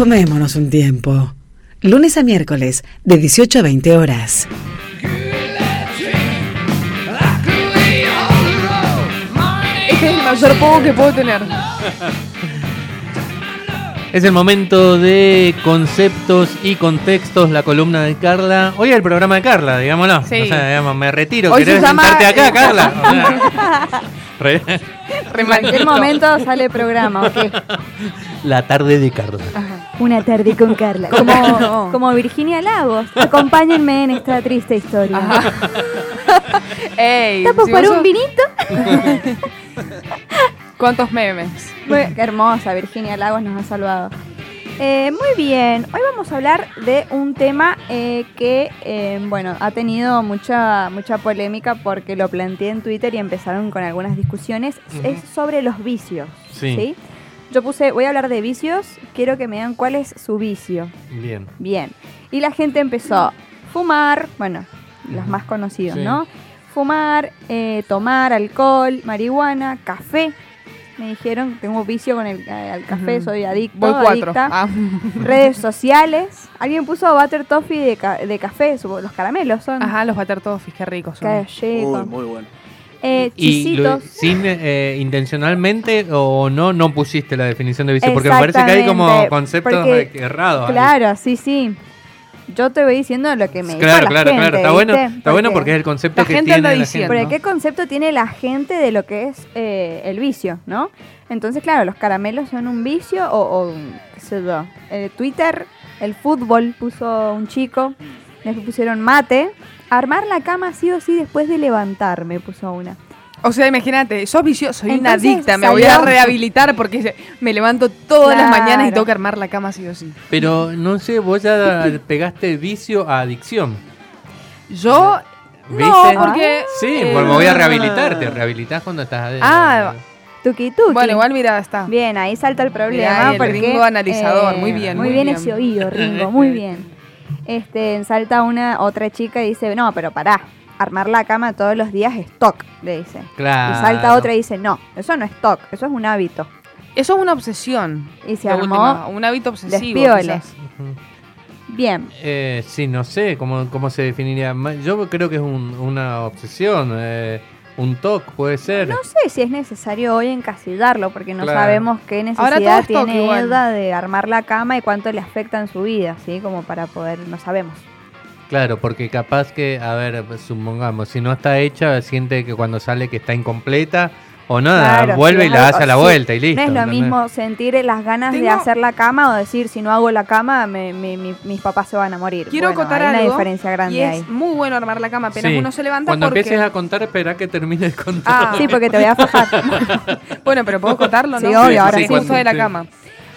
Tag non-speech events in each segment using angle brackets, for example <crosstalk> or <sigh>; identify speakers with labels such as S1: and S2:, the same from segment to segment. S1: Tomémonos un tiempo. Lunes a miércoles, de 18 a 20 horas.
S2: Este es el mayor pogo que puedo tener.
S3: Es el momento de conceptos y contextos, la columna de Carla. Hoy es el programa de Carla, digámoslo.
S2: Sí.
S3: O sea, digamos, me retiro.
S2: Hoy se
S3: ¿Querés
S2: llama-
S3: sentarte acá, Carla? O sea, re-
S4: En cualquier momento sale programa, ¿ok?
S3: la tarde de Carla.
S4: Una tarde con Carla. Como,
S2: No.
S4: como Virginia Lagos. Acompáñenme en esta triste historia.
S2: <laughs> Ey,
S4: ¿Tapo
S2: si
S4: por
S2: vos
S4: un
S2: sos-
S4: vinito?
S2: ¿Cuántos memes?
S4: Muy- qué hermosa, Virginia Lagos nos ha salvado. Eh, muy bien, hoy vamos a hablar de un tema eh, que, eh, bueno, ha tenido mucha, mucha polémica porque lo planteé en Twitter y empezaron con algunas discusiones.
S3: Ujú.
S4: Es sobre los vicios,
S3: Sí.
S4: sí. Yo puse, voy a hablar de vicios, quiero que me digan cuál es su vicio.
S3: Bien.
S4: Bien. Y la gente empezó fumar, bueno, los
S3: Ujú.
S4: más conocidos,
S3: Sí.
S4: ¿no? Fumar, eh, tomar alcohol, marihuana, café. Me dijeron, tengo vicio con el eh, al café,
S2: Ujú.
S4: soy adicto,
S2: Voy cuatro.
S4: adicta.
S2: Ah.
S4: Redes sociales. Alguien puso butter toffee de, ca- de café, supongo, los caramelos son.
S2: Ajá, los bater todos, qué ricos son.
S4: Gallego.
S5: Uy, muy bueno.
S4: Eh,
S3: Y lo-
S4: chisitos.
S3: sin eh, intencionalmente o no, no pusiste la definición de vicio, porque me parece que hay como
S4: Exactamente,
S3: conceptos
S4: porque-
S3: errados. ahí.
S4: Claro, sí, sí. Yo te voy diciendo lo que me dijo
S3: claro,
S4: la
S3: claro,
S4: gente,
S3: claro. Está bueno,
S4: ¿viste?
S3: está bueno porque es el concepto
S2: la
S3: que
S2: gente
S3: tiene
S2: anda
S3: la
S2: diciendo.
S3: gente.
S4: Porque qué concepto tiene la gente de lo que es eh, el vicio, ¿no? Entonces, claro, los caramelos son un vicio o, o un- qué sé yo, eh, Twitter, el fútbol puso un chico, después pusieron mate, armar la cama sí o sí después de levantarme, puso una.
S2: O sea, imagínate, sos vicioso, soy una
S4: Entonces,
S2: adicta, me voy a
S4: salió-
S2: rehabilitar porque me levanto todas las
S4: Claro.
S2: mañanas y tengo que armar la cama sí o sí.
S3: Pero no sé, vos ya pegaste vicio a adicción.
S2: Yo
S3: ¿Viste?
S2: no, porque
S3: Sí,
S2: eh,
S3: pues me voy a rehabilitar. Te rehabilitas cuando estás adentro.
S2: Ah,
S4: Tuki tuki.
S2: bueno, igual mira, está.
S4: Bien, ahí salta el
S2: Bien,
S4: problema.
S2: el
S4: porque, eh,
S2: Ringo analizador, muy bien,
S4: Muy
S2: muy
S4: bien
S2: bien. <laughs>
S4: ese oído, Ringo, muy bien. Este, salta una otra chica y dice, no, pero pará, armar la cama todos los días es toc, le dice.
S3: claro.
S4: Y salta otra y dice, no, eso no es toc, eso es un hábito.
S2: Eso es una obsesión.
S4: Y se
S2: La última,
S4: armó.
S2: un hábito obsesivo.
S4: despiola.
S2: quizás.
S3: Ujú.
S4: Bien,
S3: Eh, sí, no sé cómo, cómo se definiría. Ma- Yo creo que es un- una obsesión. eh, un TOC puede ser.
S4: no sé si es necesario hoy encasillarlo porque no
S3: Claro.
S4: sabemos qué
S2: Ahora todo
S4: necesidad
S2: es toc
S4: tiene
S2: igual.
S4: Edda de armar la cama y cuánto le afecta en su vida, ¿sí? Como para poder, no sabemos.
S3: Claro, porque capaz que, a ver, supongamos, si no está hecha, siente que cuando sale que está incompleta o nada,
S4: Claro,
S3: Ah, vuelve
S4: sí,
S3: y la
S4: algo-
S3: hace a la
S4: sí.
S3: vuelta y listo.
S4: no es lo
S3: ¿entendés?
S4: mismo sentir las ganas de
S2: Tengo-
S4: hacer la cama o decir, si no hago la cama, me- me- mi- mis papás se van a morir.
S2: Quiero
S4: Bueno,
S2: acotar
S4: hay
S2: algo.
S4: una diferencia grande
S2: y es
S4: ahí.
S3: <laughs>
S2: muy bueno armar la cama, apenas
S3: Sí.
S2: uno se levanta
S3: Cuando
S2: porque...
S3: empieces a contar, espera que termine el contar.
S2: Ah,
S4: Sí, porque te voy a fajar.
S2: Bueno, pero puedo
S4: <laughs>
S2: contarlo, ¿no?
S4: Sí, obvio, Sí, ahora
S2: sí.
S4: sí.
S2: Justo de la
S3: sí.
S2: cama.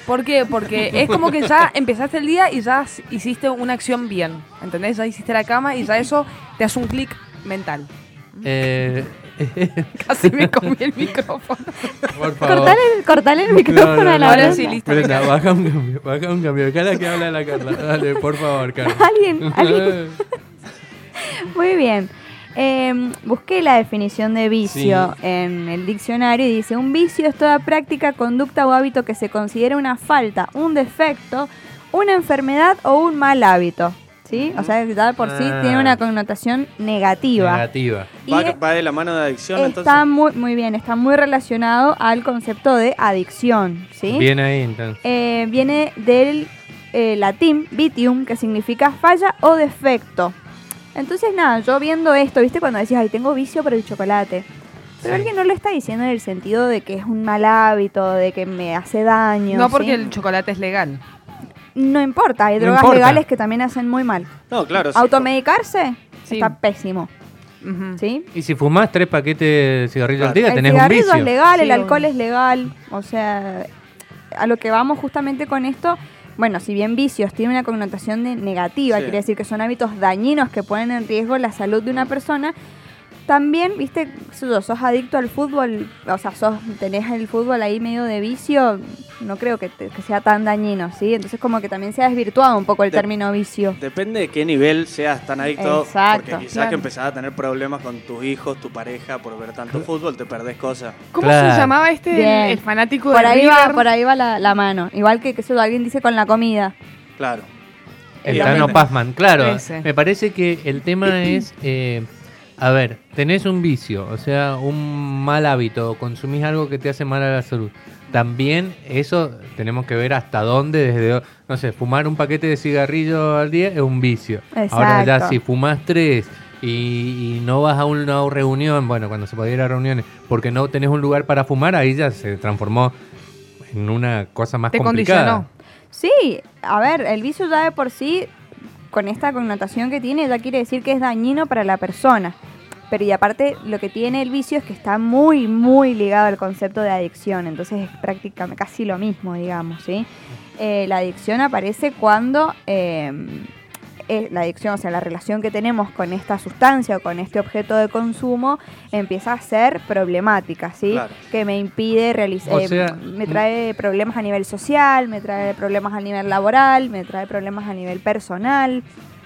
S2: ¿Por qué? Porque es como que ya empezaste el día y ya s- hiciste una acción bien, ¿entendés? Ya hiciste la cama y ya eso te hace un clic mental. <laughs>
S3: Eh, <laughs>
S2: Casi me comí el micrófono.
S3: por favor.
S4: cortale, cortale <laughs> el micrófono
S3: No, no,
S4: a la
S3: no,
S2: Ahora
S4: Brenda.
S2: sí, listo.
S3: Brenda, baja un cambio, baja un cambio. Cada que habla la Carla. Dale, por favor,
S4: <laughs>
S3: Carla.
S4: <laughs> Alguien, alguien. Muy bien. Eh, busqué la definición de vicio en el diccionario y dice, un vicio es toda práctica, conducta o hábito que se considera una falta, un defecto, una enfermedad o un mal hábito. ¿Sí? O sea, ya de por sí
S3: Ah.
S4: tiene una connotación negativa.
S3: Negativa.
S4: Y
S5: Va,
S4: es-
S5: va de la mano de adicción,
S4: está
S5: Ah, entonces.
S4: muy, muy bien, está muy relacionado al concepto de adicción. ¿sí?
S3: Bien ahí, entonces.
S4: Eh, viene del eh, latín vitium, que significa falla o defecto. Entonces, nada, yo viendo esto, ¿viste? Cuando decías, ay, tengo vicio por el chocolate. Pero
S3: Sí.
S4: alguien no lo está diciendo en el sentido de que es un mal hábito, de que me hace daño.
S2: No
S4: ¿sí?
S2: porque el chocolate es legal.
S4: No importa, hay
S3: No
S4: drogas
S3: importa.
S4: legales que también hacen muy mal.
S5: No, claro. sí.
S4: Automedicarse
S2: Sí.
S4: está pésimo,
S2: Ujú.
S4: ¿sí?
S3: Y si fumás tres paquetes de cigarrillos al
S5: Claro.
S3: día,
S4: El
S3: tenés un
S4: cigarrillo
S3: vicio.
S4: es legal,
S2: Sí,
S4: el alcohol
S2: obvio.
S4: es legal. O sea, a lo que vamos justamente con esto, bueno, si bien vicios tiene una connotación de negativa,
S5: Sí.
S4: quiere decir que son hábitos dañinos que ponen en riesgo la salud de una persona, también, viste, sos, sos adicto al fútbol, o sea, sos, tenés el fútbol ahí medio de vicio, no creo que, te- que sea tan dañino, ¿sí? Entonces como que también se ha desvirtuado un poco el
S5: De-
S4: término vicio.
S5: Depende de qué nivel seas tan adicto,
S4: Exacto,
S5: porque quizás
S4: claro.
S5: que empezás a tener problemas con tus hijos, tu pareja, por ver tanto fútbol, te perdés cosas.
S6: ¿Cómo
S3: Claro.
S6: se llamaba este el,
S4: Bien.
S6: el fanático
S4: Por
S6: de
S4: ahí,
S6: River?
S4: va, por ahí va la, la mano. Igual que, que eso alguien dice con la comida.
S5: Claro.
S3: El
S5: Obviamente.
S3: Tano Pazman, claro.
S6: Ese.
S3: Me parece que
S6: <clears throat>
S3: el tema es, eh, a ver, tenés un vicio, o sea, un mal hábito, consumís algo que te hace mal a la salud. También eso tenemos que ver hasta dónde, desde, no sé, fumar un paquete de cigarrillos al día es un vicio. Ahora ya
S4: Exacto.
S3: si fumás tres y, y no vas a una reunión, bueno, cuando se podía ir a reuniones, porque no tenés un lugar para fumar, ahí ya se transformó en una cosa más
S6: Te
S3: complicada.
S6: condicionó.
S4: Sí, a ver, el vicio ya de por sí, con esta connotación que tiene, ya quiere decir que es dañino para la persona. Pero y aparte, lo que tiene el vicio es que está muy, muy ligado al concepto de adicción. Entonces es prácticamente casi lo mismo, digamos, ¿sí? Eh, la adicción aparece cuando... eh, eh, la adicción, o sea, la relación que tenemos con esta sustancia o con este objeto de consumo empieza a ser problemática, ¿sí?
S5: Claro.
S4: Que me impide realizar,
S3: O sea,
S4: Eh,
S3: mm.
S4: me trae problemas a nivel social, me trae problemas a nivel laboral, me trae problemas a nivel personal.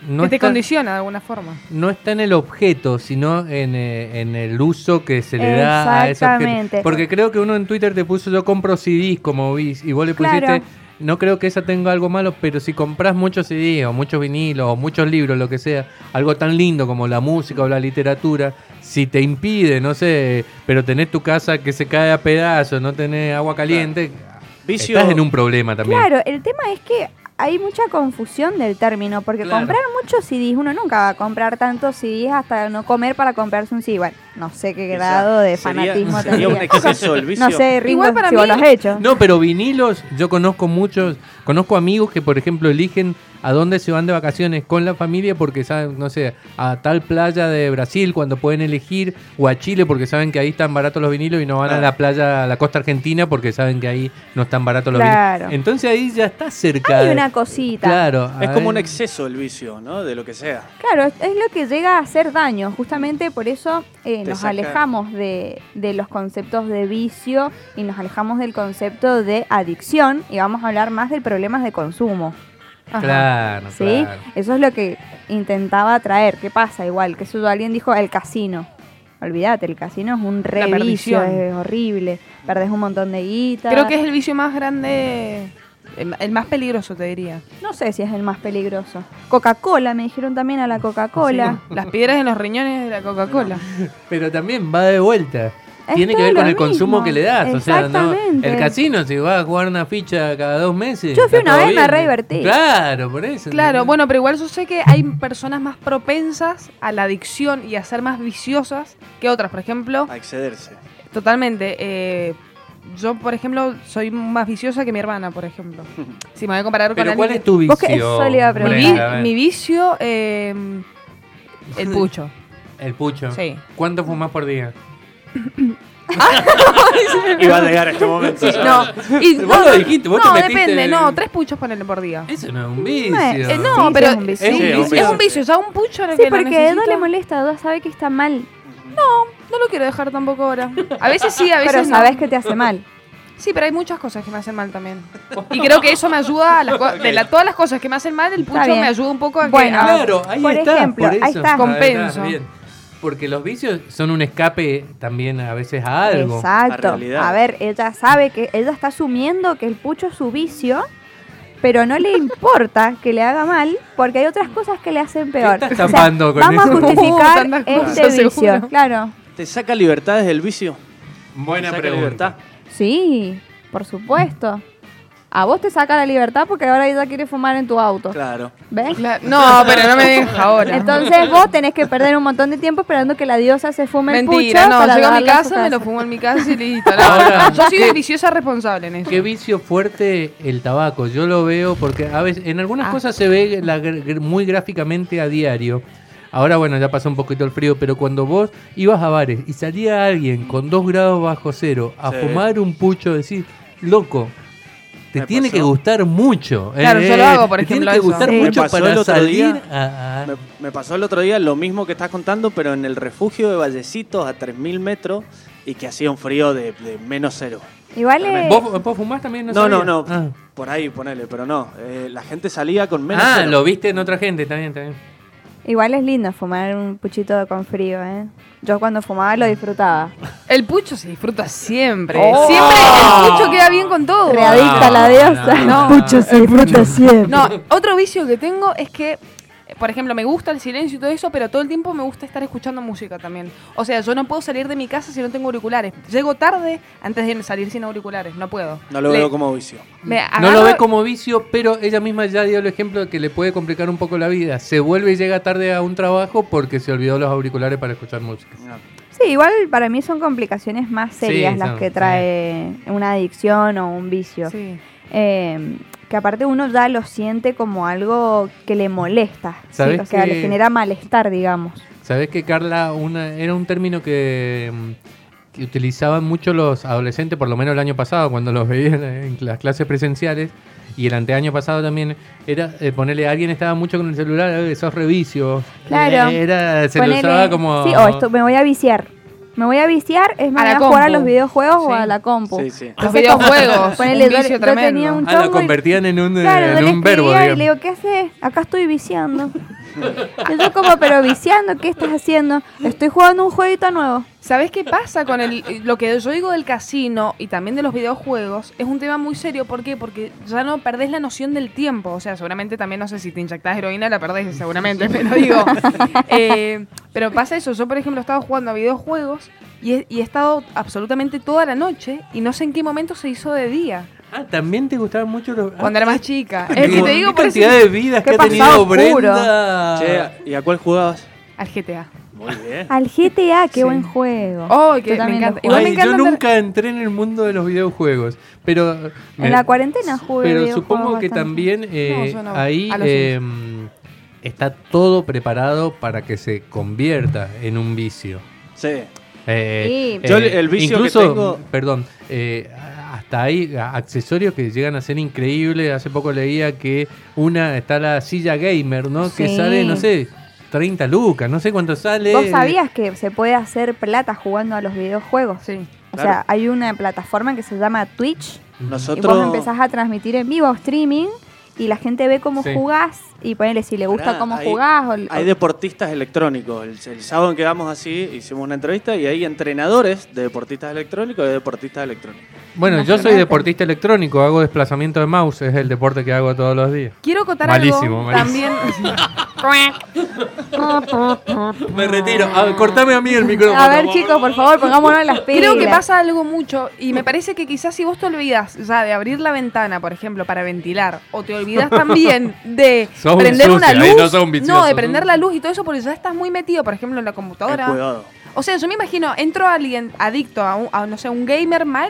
S3: No
S6: que te
S3: está-
S6: condiciona de alguna forma.
S3: no está en el objeto, sino en, eh, en el uso que se le da a ese objeto.
S4: Exactamente.
S3: Porque creo que uno en Twitter te puso yo compro CDs como bis y vos le pusiste
S4: Claro.
S3: no creo que esa tenga algo malo, pero si compras muchos CDs o muchos vinilos o muchos libros, lo que sea, algo tan lindo como la música o la literatura, si te impide, no sé, pero tenés tu casa que se cae a pedazos, no tenés agua caliente,
S5: Vicio-
S3: estás en un problema también.
S4: Claro, el tema es que hay mucha confusión del término, porque
S3: Claro.
S4: comprar muchos CDs, uno nunca va a comprar tantos CDs hasta no comer para comprarse un CD. Bueno, no sé qué
S5: Quizás
S4: grado de
S5: sería-
S4: fanatismo
S5: Sería un
S4: tendría.
S5: exceso el vicio.
S4: <laughs> No sé, Ringo,
S6: Igual para
S4: si vos
S6: mí-
S4: lo has hecho.
S3: No, pero vinilos, yo conozco muchos, conozco amigos que, por ejemplo, eligen a dónde se van de vacaciones con la familia porque saben, no sé, a tal playa de Brasil cuando pueden elegir, o a Chile porque saben que ahí están baratos los vinilos y no van a la playa, a la costa argentina porque saben que ahí no están baratos los
S4: Claro.
S3: vinilos. Entonces ahí ya está cerca.
S4: Hay
S3: de-
S4: una cosita.
S3: Claro.
S5: Es
S3: a
S5: como un
S3: ver.
S5: exceso el vicio, ¿no? De lo que sea.
S4: Claro, es, es lo que llega a hacer daño. Justamente por eso eh,
S5: Te
S4: nos
S5: saca-
S4: alejamos de, de los conceptos de vicio y nos alejamos del concepto de adicción y vamos a hablar más del problema de consumo.
S6: Ajá. Ah,
S3: Claro,
S4: ¿Sí?
S3: claro.
S4: Eso es lo que intentaba traer. ¿Qué pasa? Igual, que eso alguien dijo el casino. Olvídate, el casino es un re
S6: La
S4: vicio,
S6: perdición.
S4: es horrible. Perdés un montón de guita.
S6: Creo que es el vicio más grande, el, el más peligroso, te diría.
S4: No sé si es el más peligroso. Coca-Cola, me dijeron también a la Coca-Cola.
S6: Sí, Las piedras en los riñones de la Coca-Cola.
S3: Pero también va de vuelta.
S4: Es
S3: Tiene que
S4: todo
S3: ver con
S4: lo
S3: el consumo
S4: mismo.
S3: que le das. O sea, ¿no?
S4: Exactamente.
S3: el casino, si vas a jugar una ficha cada dos meses.
S4: Yo fui
S3: está
S4: una
S3: todo
S4: vez, me
S3: bien.
S4: re divertí.
S3: Claro, por eso.
S6: Claro,
S3: ¿entendés?
S6: bueno, pero igual yo sé que hay personas más propensas a la adicción y a ser más viciosas que otras. Por ejemplo,
S4: <laughs>
S5: A excederse.
S6: Totalmente. eh, yo, por ejemplo, soy más viciosa que mi hermana, por
S4: <laughs>
S6: ejemplo. Si me voy a comparar con
S3: Pero ¿cuál
S6: alguien
S3: es tu vicio?
S4: Vos que- eso le iba a
S6: que- Mi,
S4: preguntar.
S6: vi-
S3: Brenda? A ver.
S6: mi vicio, eh,
S4: <laughs>
S6: el pucho.
S3: El pucho.
S6: Sí.
S3: ¿Cuánto fumas por día? <laughs>
S5: Iba a llegar este momento.
S6: No, y-
S3: Vos
S6: no,
S3: lo dijiste, vos te
S6: no,
S3: metiste
S6: depende,
S3: en-
S6: no, tres puchos ponele por día.
S3: Eso no es un vicio.
S4: Bueno,
S6: Eh, no,
S4: Sí,
S6: pero
S4: es un vicio.
S3: Sí,
S6: es,
S3: es un
S6: es un
S5: vicio.
S6: vicio, o sea, un pucho en el
S4: Sí,
S6: que lo
S4: porque a Edo
S6: necesito.
S4: le molesta, Edo sabe que está mal.
S6: No lo quiero dejar tampoco ahora. A veces sí, a veces
S4: Pero
S6: no.
S4: sabes que te hace mal.
S6: Sí, pero hay muchas cosas que me hacen mal también. Y creo que eso me ayuda a las co- de la- todas las cosas que me hacen mal, el
S4: Está
S6: pucho
S4: bien.
S6: me ayuda un poco a que-
S4: Bueno,
S6: a-
S3: Claro, ahí
S4: Por
S3: está.
S4: ejemplo,
S3: por eso.
S4: ahí está.
S6: Compenso.
S3: está bien. Porque los vicios son un escape también a veces a <laughs> algo.
S5: La
S4: Exacto.
S5: realidad.
S4: A ver, ella sabe que ella está asumiendo que el pucho es su vicio, pero no le importa que le haga mal porque hay otras cosas que le hacen peor.
S3: estás tapando con
S4: vamos
S3: eso?
S4: a
S6: <laughs>
S4: justificar
S6: Tantas cosas,
S4: este
S6: seguro.
S4: vicio. Claro.
S5: ¿Te saca libertades del vicio?
S3: Buena
S5: ¿Te saca
S3: pregunta.
S5: libertad?
S4: Sí, por supuesto. A vos te saca la libertad porque ahora ella quiere fumar en tu auto.
S5: Claro.
S4: ¿Ves?
S6: Cla- No, pero
S3: <laughs>
S6: no me dejes ahora.
S4: Entonces vos tenés que perder un montón de tiempo esperando que la diosa se fume
S6: Mentira,
S4: el pucho.
S6: no,
S4: para
S6: llego a mi
S4: darle
S6: casa,
S4: su
S6: me lo fumo en mi casa y listo.
S3: <laughs>
S6: no.
S3: Ahora,
S6: yo soy viciosa responsable en eso.
S3: Qué vicio fuerte el tabaco. Yo lo veo porque a veces en
S6: Ah.
S3: algunas cosas se ve la gr- gr- muy gráficamente a diario. Ahora, bueno, ya pasó un poquito el frío, pero cuando vos ibas a bares y salía alguien con dos grados bajo cero a
S5: Sí.
S3: fumar un pucho, decís, loco, Te
S5: Me
S3: tiene
S5: pasó.
S3: que gustar mucho. ¿eh?
S6: Claro, yo lo hago, por ejemplo,
S3: Te tiene que
S6: eso.
S3: gustar
S4: Sí.
S5: Me
S3: mucho
S5: pasó el
S3: para
S5: otro
S3: salir
S5: día.
S3: a- a-
S5: Me, me pasó el otro día lo mismo que estás contando, pero en el refugio de Vallecitos a 3.000 metros y que hacía un frío de, de menos cero.
S4: Igual
S5: Tremendo.
S4: eh,
S3: ¿Vos, vos fumás también?
S5: No, no,
S3: sabía.
S5: no.
S3: Ah,
S5: Por ahí, ponele, pero no. Eh, la gente salía con menos
S3: Ah,
S5: cero.
S3: lo viste en otra gente también. también.
S4: igual es lindo fumar un puchito con frío, ¿eh? Yo cuando fumaba lo disfrutaba.
S6: El pucho se disfruta siempre.
S3: Oh.
S6: Siempre el pucho queda bien con todo.
S4: Readicta la diosa.
S3: Ah, no,
S4: El
S3: no.
S4: pucho se disfruta siempre.
S6: No, otro vicio que tengo es que, eh, por ejemplo, me gusta el silencio y todo eso, pero todo el tiempo me gusta estar escuchando música también. O sea, yo no puedo salir de mi casa si no tengo auriculares. Llego tarde antes de salir sin auriculares, no puedo.
S5: No lo
S6: Le-
S5: veo como vicio.
S6: me
S3: No
S6: agarro-
S3: lo ve como vicio, pero ella misma ya dio el ejemplo de que le puede complicar un poco la vida. Se vuelve y llega tarde a un trabajo porque se olvidó los auriculares para escuchar música.
S5: No.
S4: Sí, igual para mí son complicaciones más
S3: Sí,
S4: serias las
S3: son,
S4: que trae una adicción o un vicio.
S6: Sí.
S4: Eh, que aparte uno ya lo siente como algo que le molesta, ¿sí?
S3: ¿Sabés
S4: o sea,
S3: que-
S4: le genera malestar, digamos.
S3: ¿Sabés que Carla una, era un término que, mm, que utilizaban mucho los adolescentes, por lo menos el año pasado, cuando los veían en las clases presenciales, y el anteaño pasado también, era eh, ponerle, alguien estaba mucho con el celular, eh, sos revicio.
S4: Claro.
S3: Eh, Era, se
S4: Ponele-
S3: lo usaba como...
S4: Sí, o esto, me voy a viciar. Me voy a viciar, es más,
S6: A
S4: me
S6: la
S4: voy a jugar a
S6: compu.
S4: los videojuegos o
S6: Sí.
S4: a la compu.
S5: Sí, sí.
S6: Los
S4: Entonces, como-
S6: videojuegos,
S4: <laughs> ponele,
S6: un
S4: yo-
S6: vicio
S4: yo tenía
S6: tremendo.
S4: un
S3: Ah, lo
S4: chongo y-
S3: convertían en un, eh,
S4: Claro, yo
S3: en
S4: le
S3: un verbo,
S4: escribía y
S3: digamos.
S4: le digo, ¿qué haces? Acá estoy viciando. y yo como, pero viciando, ¿qué estás haciendo? Estoy jugando un jueguito nuevo.
S6: ¿Sabes qué pasa con el, eh, lo que yo digo del casino y también de los videojuegos? Es un tema muy serio. ¿Por qué? Porque ya no perdés la noción del tiempo. O sea, seguramente también, no sé, si te inyectás heroína la perdés, seguramente, pero digo. eh, pero pasa eso. Yo, por ejemplo, he estado jugando a videojuegos y he, y he estado absolutamente toda la noche y no sé en qué momento se hizo de día.
S3: Ah, también te gustaban mucho los...
S6: Cuando era más chica.
S3: Ah,
S6: Es que
S3: digo,
S6: te digo
S3: ¿qué
S6: por eso.
S3: cantidad de vidas
S4: qué
S3: que ha tenido
S4: pasado oscuro.
S3: Brenda.
S5: Che, ¿y a cuál jugabas?
S6: Al GTA.
S5: Muy bien.
S4: Al GTA, qué
S6: Sí.
S4: buen juego.
S6: Oh, que
S4: Yo
S6: me
S4: también lo
S6: encanta.
S4: jugué.
S6: Igual me
S3: Ay,
S6: encanta
S3: yo
S6: andar-
S3: nunca entré en el mundo de los videojuegos, pero...
S4: En la cuarentena jugué
S3: Pero
S4: videojuegos
S3: supongo que
S4: bastante.
S3: también eh,
S6: yo no.
S3: ahí
S6: A los
S3: eh, está todo preparado para que se convierta en un vicio.
S5: Sí.
S3: Eh,
S4: Sí.
S5: Yo el- el vicio que
S3: incluso,
S5: tengo-
S3: Perdón, eh, hasta hay a- accesorios que llegan a ser increíbles. Hace poco leía que una está la silla gamer, ¿no? Que
S4: Sí.
S3: sale, no sé, 30 lucas, no sé cuánto sale.
S4: ¿Vos sabías que se puede hacer plata jugando a los videojuegos?
S6: Sí.
S4: O
S5: Claro.
S4: sea, hay una plataforma que se llama Twitch y vos
S5: Nosotros.
S4: empezás a transmitir en vivo streaming y la gente ve cómo
S3: Sí.
S4: jugás y ponele si le gusta
S5: Pará,
S4: cómo
S5: hay-
S4: jugás o,
S5: Hay deportistas electrónicos. El, el sábado en que vamos así, hicimos una entrevista y hay entrenadores de deportistas electrónicos y de deportistas electrónicos.
S3: Bueno, yo soy
S4: Imagínate.
S3: deportista electrónico, hago desplazamiento de mouse, es el deporte que hago todos los días.
S6: Quiero contar
S3: Malísimo,
S6: algo
S3: malísimo. <laughs>
S6: también.
S3: Me retiro. A ver, cortame a mí el micrófono.
S4: A ver, chicos, por favor, pongámonos en las pilas.
S6: Creo que pasa algo mucho y me parece que quizás si vos te olvidas ya de abrir la ventana, por ejemplo, para ventilar, o te
S4: <laughs>
S6: olvidas también de
S3: Sos un
S6: prender una
S3: sucio, ahí
S6: luz,
S3: no sos un vicioso,
S6: de
S3: ¿no?
S6: prender la luz y todo eso, porque ya estás muy metido, por ejemplo, en la
S5: Ten
S6: computadora.
S5: cuidado.
S6: O sea, yo me imagino, entro a alguien adicto a, un, a, no sé, un gamer mal,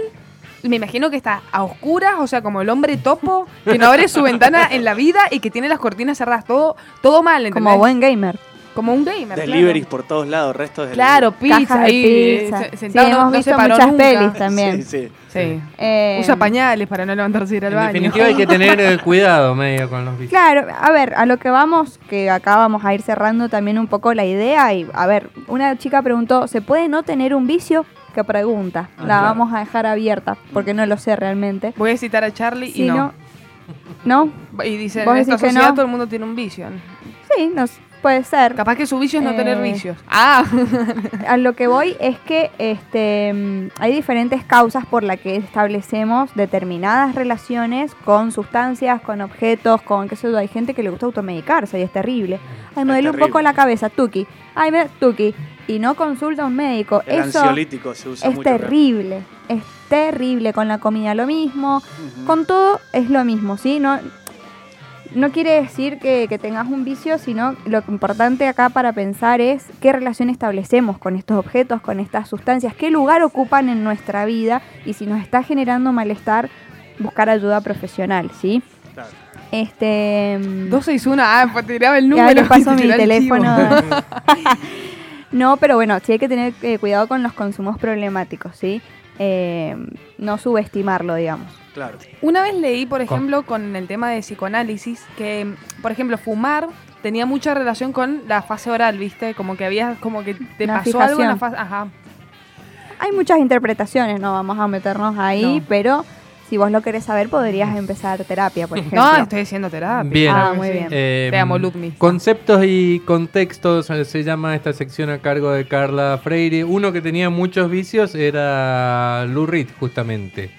S6: y me imagino que está a oscuras, o sea, como el hombre topo, que no abre su ventana en la vida y que tiene las cortinas cerradas, todo, todo mal, ¿entendés?
S4: Como buen gamer.
S6: Como un gamer. claro.
S5: Deliveries por todos lados, restos de.
S6: Claro, pizza,
S4: Cajas de
S6: ahí, eh,
S4: pizza.
S6: se-
S4: Sí,
S6: sentado, no-
S4: hemos
S6: no se
S4: visto
S6: paró
S4: muchas
S6: nunca.
S4: pelis también.
S5: <laughs> Sí, sí.
S6: Sí.
S4: Eh,
S6: Usa pañales para no levantarse y ir al
S3: En
S6: baño.
S3: definitiva hay que tener
S4: <laughs>
S3: eh, cuidado medio con los vicios.
S4: Claro, a ver, a lo que vamos, que acá vamos a ir cerrando también un poco la idea. Y a ver, una chica preguntó: ¿se puede no tener un vicio? Que pregunta. la
S5: claro.
S4: vamos a dejar abierta porque no lo sé realmente.
S6: Voy a citar a Charlie
S4: Si
S6: y
S4: no.
S6: no.
S4: ¿No?
S6: Y dice,
S4: ¿Vos
S6: en esta
S4: decís que
S6: sociedad
S4: no?
S6: todo el mundo tiene un vicio.
S4: Sí, nos, puede ser.
S6: Capaz que su vicio es no
S4: Eh.
S6: tener vicios. <laughs> Ah,
S4: A lo que voy es que este, mm, hay diferentes causas por las que establecemos determinadas relaciones con sustancias, con objetos, con qué sé yo. Hay gente que le gusta automedicarse y es terrible. Ay, me
S5: Es
S4: duele un poco
S5: terrible.
S4: la cabeza, tuki. Ay, me tuki. Y no consulta a un médico.
S5: El
S4: Eso
S5: ansiolítico se usa
S4: es
S5: mucho. acá.
S4: terrible. Es terrible. Con la comida lo mismo.
S5: Ujú.
S4: Con todo es lo mismo, ¿sí? No, no quiere decir que, que tengas un vicio, sino lo importante acá para pensar es qué relación establecemos con estos objetos, con estas sustancias, qué lugar ocupan en nuestra vida y si nos está generando malestar, buscar ayuda profesional, ¿sí?
S5: Claro.
S4: Este... mm,
S6: 261. Ah, pues tiraba el
S4: ya
S6: número. <laughs>
S4: le paso mi
S6: Tiraba el chivo.
S4: teléfono. <laughs> no, pero bueno, sí hay que tener eh, cuidado con los consumos problemáticos, ¿sí? eh, no subestimarlo, digamos.
S5: Claro.
S6: Una vez leí, por ejemplo, con el tema de psicoanálisis, que, por ejemplo, fumar tenía mucha relación con la fase oral, ¿viste? Como que habías, como que te
S4: Una
S6: pasó algo en la
S4: fijación.
S6: fase. Ajá.
S4: Hay muchas interpretaciones, no vamos a meternos ahí,
S6: No.
S4: pero si vos lo querés saber, podrías empezar terapia, por
S6: <laughs>
S4: ejemplo.
S6: No, estoy haciendo terapia.
S3: Bien.
S4: Ah, muy bien.
S3: Eh,
S6: Te amo, Lupni.
S3: Conceptos y contextos eh, se llama esta sección a cargo de Carla Freire. Uno que tenía muchos vicios era Lou Reed, justamente.